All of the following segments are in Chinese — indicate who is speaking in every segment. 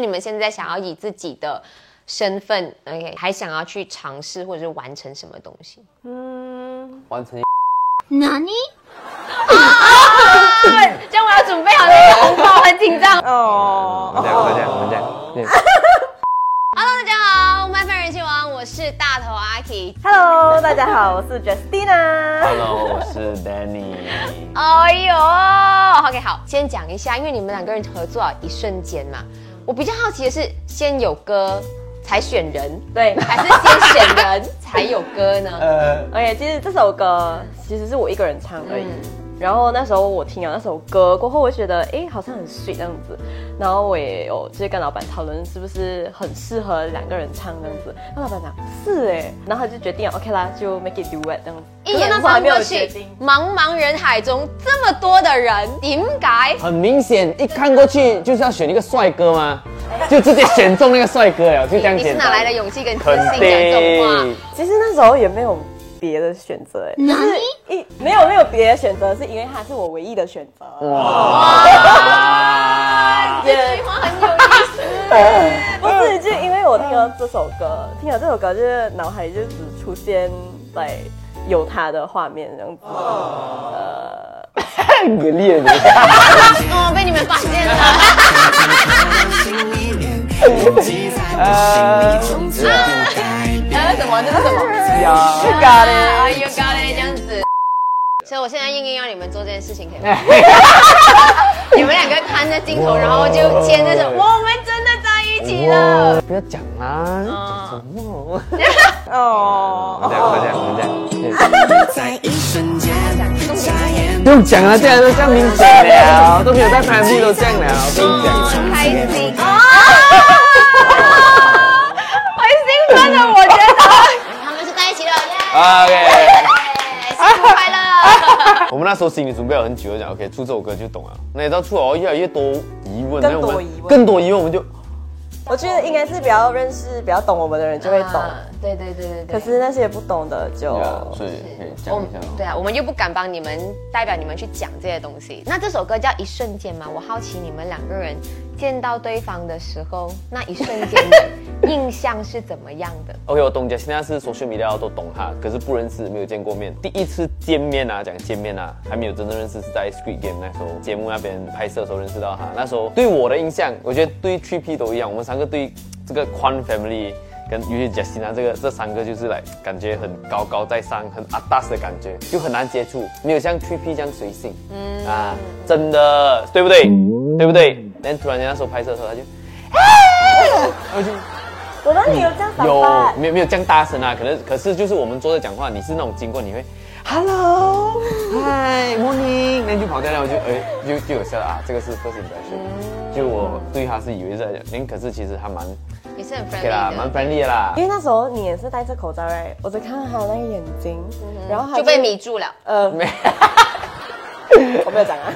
Speaker 1: 你们现在想要以自己的身份，OK，还想要去尝试或者是完成什么东西？
Speaker 2: 完成
Speaker 3: 哪里？
Speaker 1: 这样我要准备好那个红包，很紧张。
Speaker 4: 哦，
Speaker 2: 我们这样，我们这样，我们这样念。
Speaker 1: Hello，大家好，麦饭人气王，我是大头阿 K。
Speaker 4: Hello，大家好，我是 Justina。
Speaker 2: Hello，我是 Danny。
Speaker 1: 哎呦，OK，好，先讲一下，因为你们两个人合作啊，一瞬间嘛，我比较好奇的是，先有歌才选人，
Speaker 4: 对
Speaker 1: 还是先选人才有歌 呢？
Speaker 2: 呃，
Speaker 4: ，OK，其实这首歌其实是我一个人唱而已。然后那时候我听了那首歌过后，我就觉得诶好像很 sweet 这样子。然后我也有就是跟老板讨论是不是很适合两个人唱这样子。那老板讲是诶，然后他就决定了 OK 啦，就 make it duet 这样子。
Speaker 1: 一
Speaker 4: 可是
Speaker 1: 眼
Speaker 4: 那时候还
Speaker 1: 望
Speaker 4: 没有
Speaker 1: 过
Speaker 4: 决
Speaker 1: 去
Speaker 4: 定，。
Speaker 1: 茫茫人海中这么多的人，点解？
Speaker 2: 很明显，一看过去就是要选一个帅 哥吗？就直接选中那个帅哥了，就这样
Speaker 1: 你是
Speaker 2: 简
Speaker 1: 哪来
Speaker 2: 单
Speaker 1: 的。勇气跟自
Speaker 2: 肯
Speaker 1: 信讲这种话？
Speaker 2: 定，
Speaker 4: 其实那时候也没有别的选择诶，就
Speaker 3: 哪
Speaker 4: 是一没有没有别的选择，是因为他是我唯一的选择。
Speaker 1: 哇，这句话很有意思。
Speaker 4: 不是，就因为我听了这首歌，听了这首歌，就是脑海里就只出现在有他的画面这样子。
Speaker 2: 太恶劣了。
Speaker 1: 哦，被你们发现了。
Speaker 2: 呃，
Speaker 1: 还有什么？这是什么
Speaker 2: 呀，
Speaker 1: ？Got it, you got it，这样子。所以我现在硬硬要你们做这件事情，可以吗？ 你们两个看着镜头，然后就牵着手，哇我们真的在一起了。
Speaker 2: 不要讲啦，什么？
Speaker 4: 哦，
Speaker 2: 这样，我这样，我这样念。
Speaker 5: 在一瞬间，眨眼
Speaker 2: 不用讲了，这样都这样明显了，都没有在拍戏都这样了，我跟你讲。
Speaker 1: 哦开心啊！很兴奋的，我觉得他们是在一起了，耶！
Speaker 2: OK。
Speaker 1: 生日快乐！
Speaker 2: 我们那时候心里准备了很久，讲 OK 出这首歌就懂了。那你知道出了哦越来越多疑问，
Speaker 4: 更
Speaker 2: 那
Speaker 4: 多
Speaker 2: 我们
Speaker 4: 疑问
Speaker 2: 更多疑问，我们就
Speaker 4: 我觉得应该是比较认识、比较懂我们的人就会懂，
Speaker 1: 啊 对对对对对。
Speaker 4: 可是那些不懂的就
Speaker 2: 对啊，所以可以
Speaker 1: 我
Speaker 2: 讲
Speaker 1: 们
Speaker 2: 一下。
Speaker 1: 对啊，我们又不敢帮你们代表你们去讲这些东西。那这首歌叫《一瞬间》嘛，我好奇你们两个人见到对方的时候，那一瞬间的印象是怎么样的？
Speaker 2: OK，我懂，现在是 social media 都懂哈，可是不认识，没有见过面。第一次见面啊，讲见面啊，还没有真正认识，是在 Squid Game 那时候节目那边拍摄的时候认识到他。那时候对我的印象，我觉得对 t r i P 都一样，我们三个对这个 Quan Family 跟尤其 Justina 这个这三个就是来感觉很高高在上，很阿达斯的感觉，就很难接触，没有像 t r i P 这样随性。嗯啊，真的，对不对？对不对？但突然间那时候拍摄的时候，他就。
Speaker 4: 我们你有这样想
Speaker 2: 有
Speaker 4: 法？
Speaker 2: 没有没有这样大声啊？可能可是就是我们坐着讲话，你是那种经过你会，Hello，嗨，Morning，那你就跑掉了，我就哎就就有笑了啊，这个是 first impression，就我对他是以为是在讲，哎可是其实他蛮
Speaker 1: 也是很
Speaker 2: OK 啦
Speaker 1: friendly，
Speaker 2: 蛮
Speaker 1: 的，
Speaker 2: friendly 的啦
Speaker 4: 因。为那时候你也是戴着口罩哎，我只看到他的那个眼睛，然后他
Speaker 1: 就被迷住了。
Speaker 4: 呃
Speaker 2: 没，
Speaker 4: 我没有 讲啊，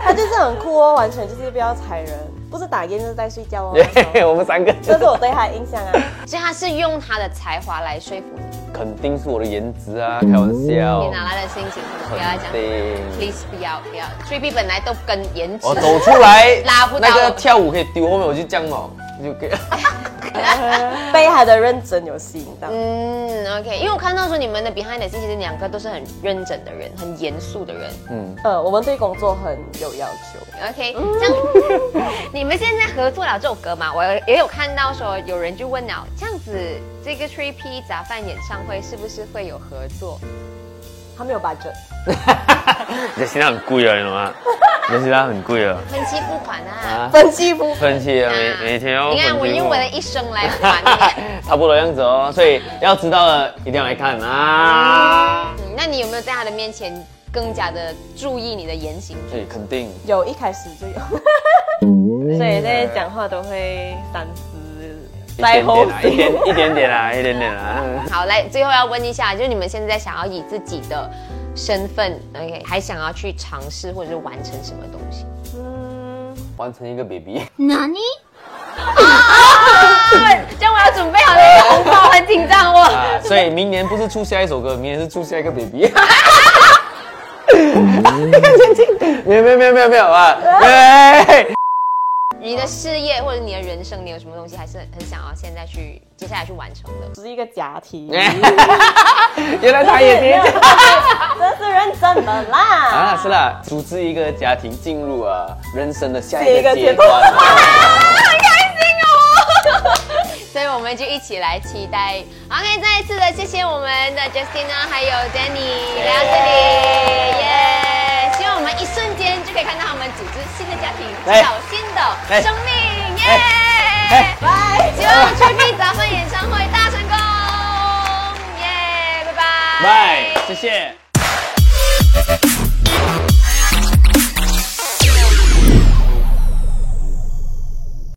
Speaker 4: 他就是很酷哦，完全就是不要踩人，不是打烟就是在睡 觉哦。那时候
Speaker 2: 我们三个就
Speaker 4: 这
Speaker 2: 是
Speaker 4: 是我对他的印象 啊。
Speaker 1: 所以他是用他的才华来说服你，
Speaker 2: 肯定是我的颜值啊，开玩
Speaker 1: 你
Speaker 2: 笑，
Speaker 1: 哪来的心情？不要再
Speaker 2: 肯
Speaker 1: 讲
Speaker 2: 定。
Speaker 1: ，please 不要不要。Three P 本来都跟颜值
Speaker 2: 我哦走出来
Speaker 1: 拉不到
Speaker 2: 那个跳舞可以丢后面，我就这样嘛，就 可以。
Speaker 4: 被他的认真有吸引到。
Speaker 1: 嗯，OK，因为我看到说你们的 behind the scenes 其实两个都是很认真的人，很严肃的人。
Speaker 4: 呃，我们对工作很有要求。
Speaker 1: OK，这样 你们现在合作了这首歌嘛？我也有看到说有人就问了，这样子这个 Three P 杂饭演唱会是不是会有合作？
Speaker 4: 他没有 budget，
Speaker 2: 这现在很贵啊，你懂吗？这现在很贵啊。
Speaker 1: 分期付款啊，
Speaker 2: 啊
Speaker 4: 分析不
Speaker 2: 分期啊，
Speaker 1: 啊
Speaker 2: 每每天要
Speaker 1: 你看我
Speaker 2: 分期
Speaker 1: 用
Speaker 2: 付
Speaker 1: 我的一生来还 你。
Speaker 2: 差不多样子哦，所以要知道了一定要来看啊！
Speaker 1: 嗯那你有没有在他的面前更加的注意你的言 行？
Speaker 2: 对，肯定
Speaker 4: 有一开始就有，所以在讲话都会三思，
Speaker 2: 嗯一点
Speaker 4: 后
Speaker 2: 点啦，一点一点点啦，一点点啦。
Speaker 1: 好，来，最后要问一下，就是你们现在想要以自己的身份，OK，还想要去尝试或者是完成什么东西？
Speaker 2: 完成一个 baby，
Speaker 3: 哪里？
Speaker 1: 这样我要准备好那个红包，很紧张哦。
Speaker 2: 啊，所以明年不是出下一首歌，明年是出下一个 baby。没有没有没有没有没有啊！哎，
Speaker 1: 你的事业或者你的人生，你有什么东西还是很想要现在去接下来去完成的？
Speaker 4: 只是一个假题，
Speaker 2: 原来哎他也跌价
Speaker 4: 这是认 真的啦。
Speaker 2: 啊！是啦，组织一个家庭进入啊人生的下
Speaker 4: 下
Speaker 2: 一
Speaker 4: 一个
Speaker 2: 个阶
Speaker 4: 阶段
Speaker 2: 段。
Speaker 1: 所以我们就一起来期待。OK，再一次的谢谢我们的 Justina 还有 Danny 来到这里，耶！希望我们一瞬间就可以看到他们组织新的家庭，
Speaker 2: 哎
Speaker 1: 找新的
Speaker 2: 哎
Speaker 1: 生命，耶
Speaker 2: 哎！
Speaker 1: 拜！希望 Trippy 砸饭演唱会大成功，耶！拜拜，
Speaker 2: 拜，谢谢。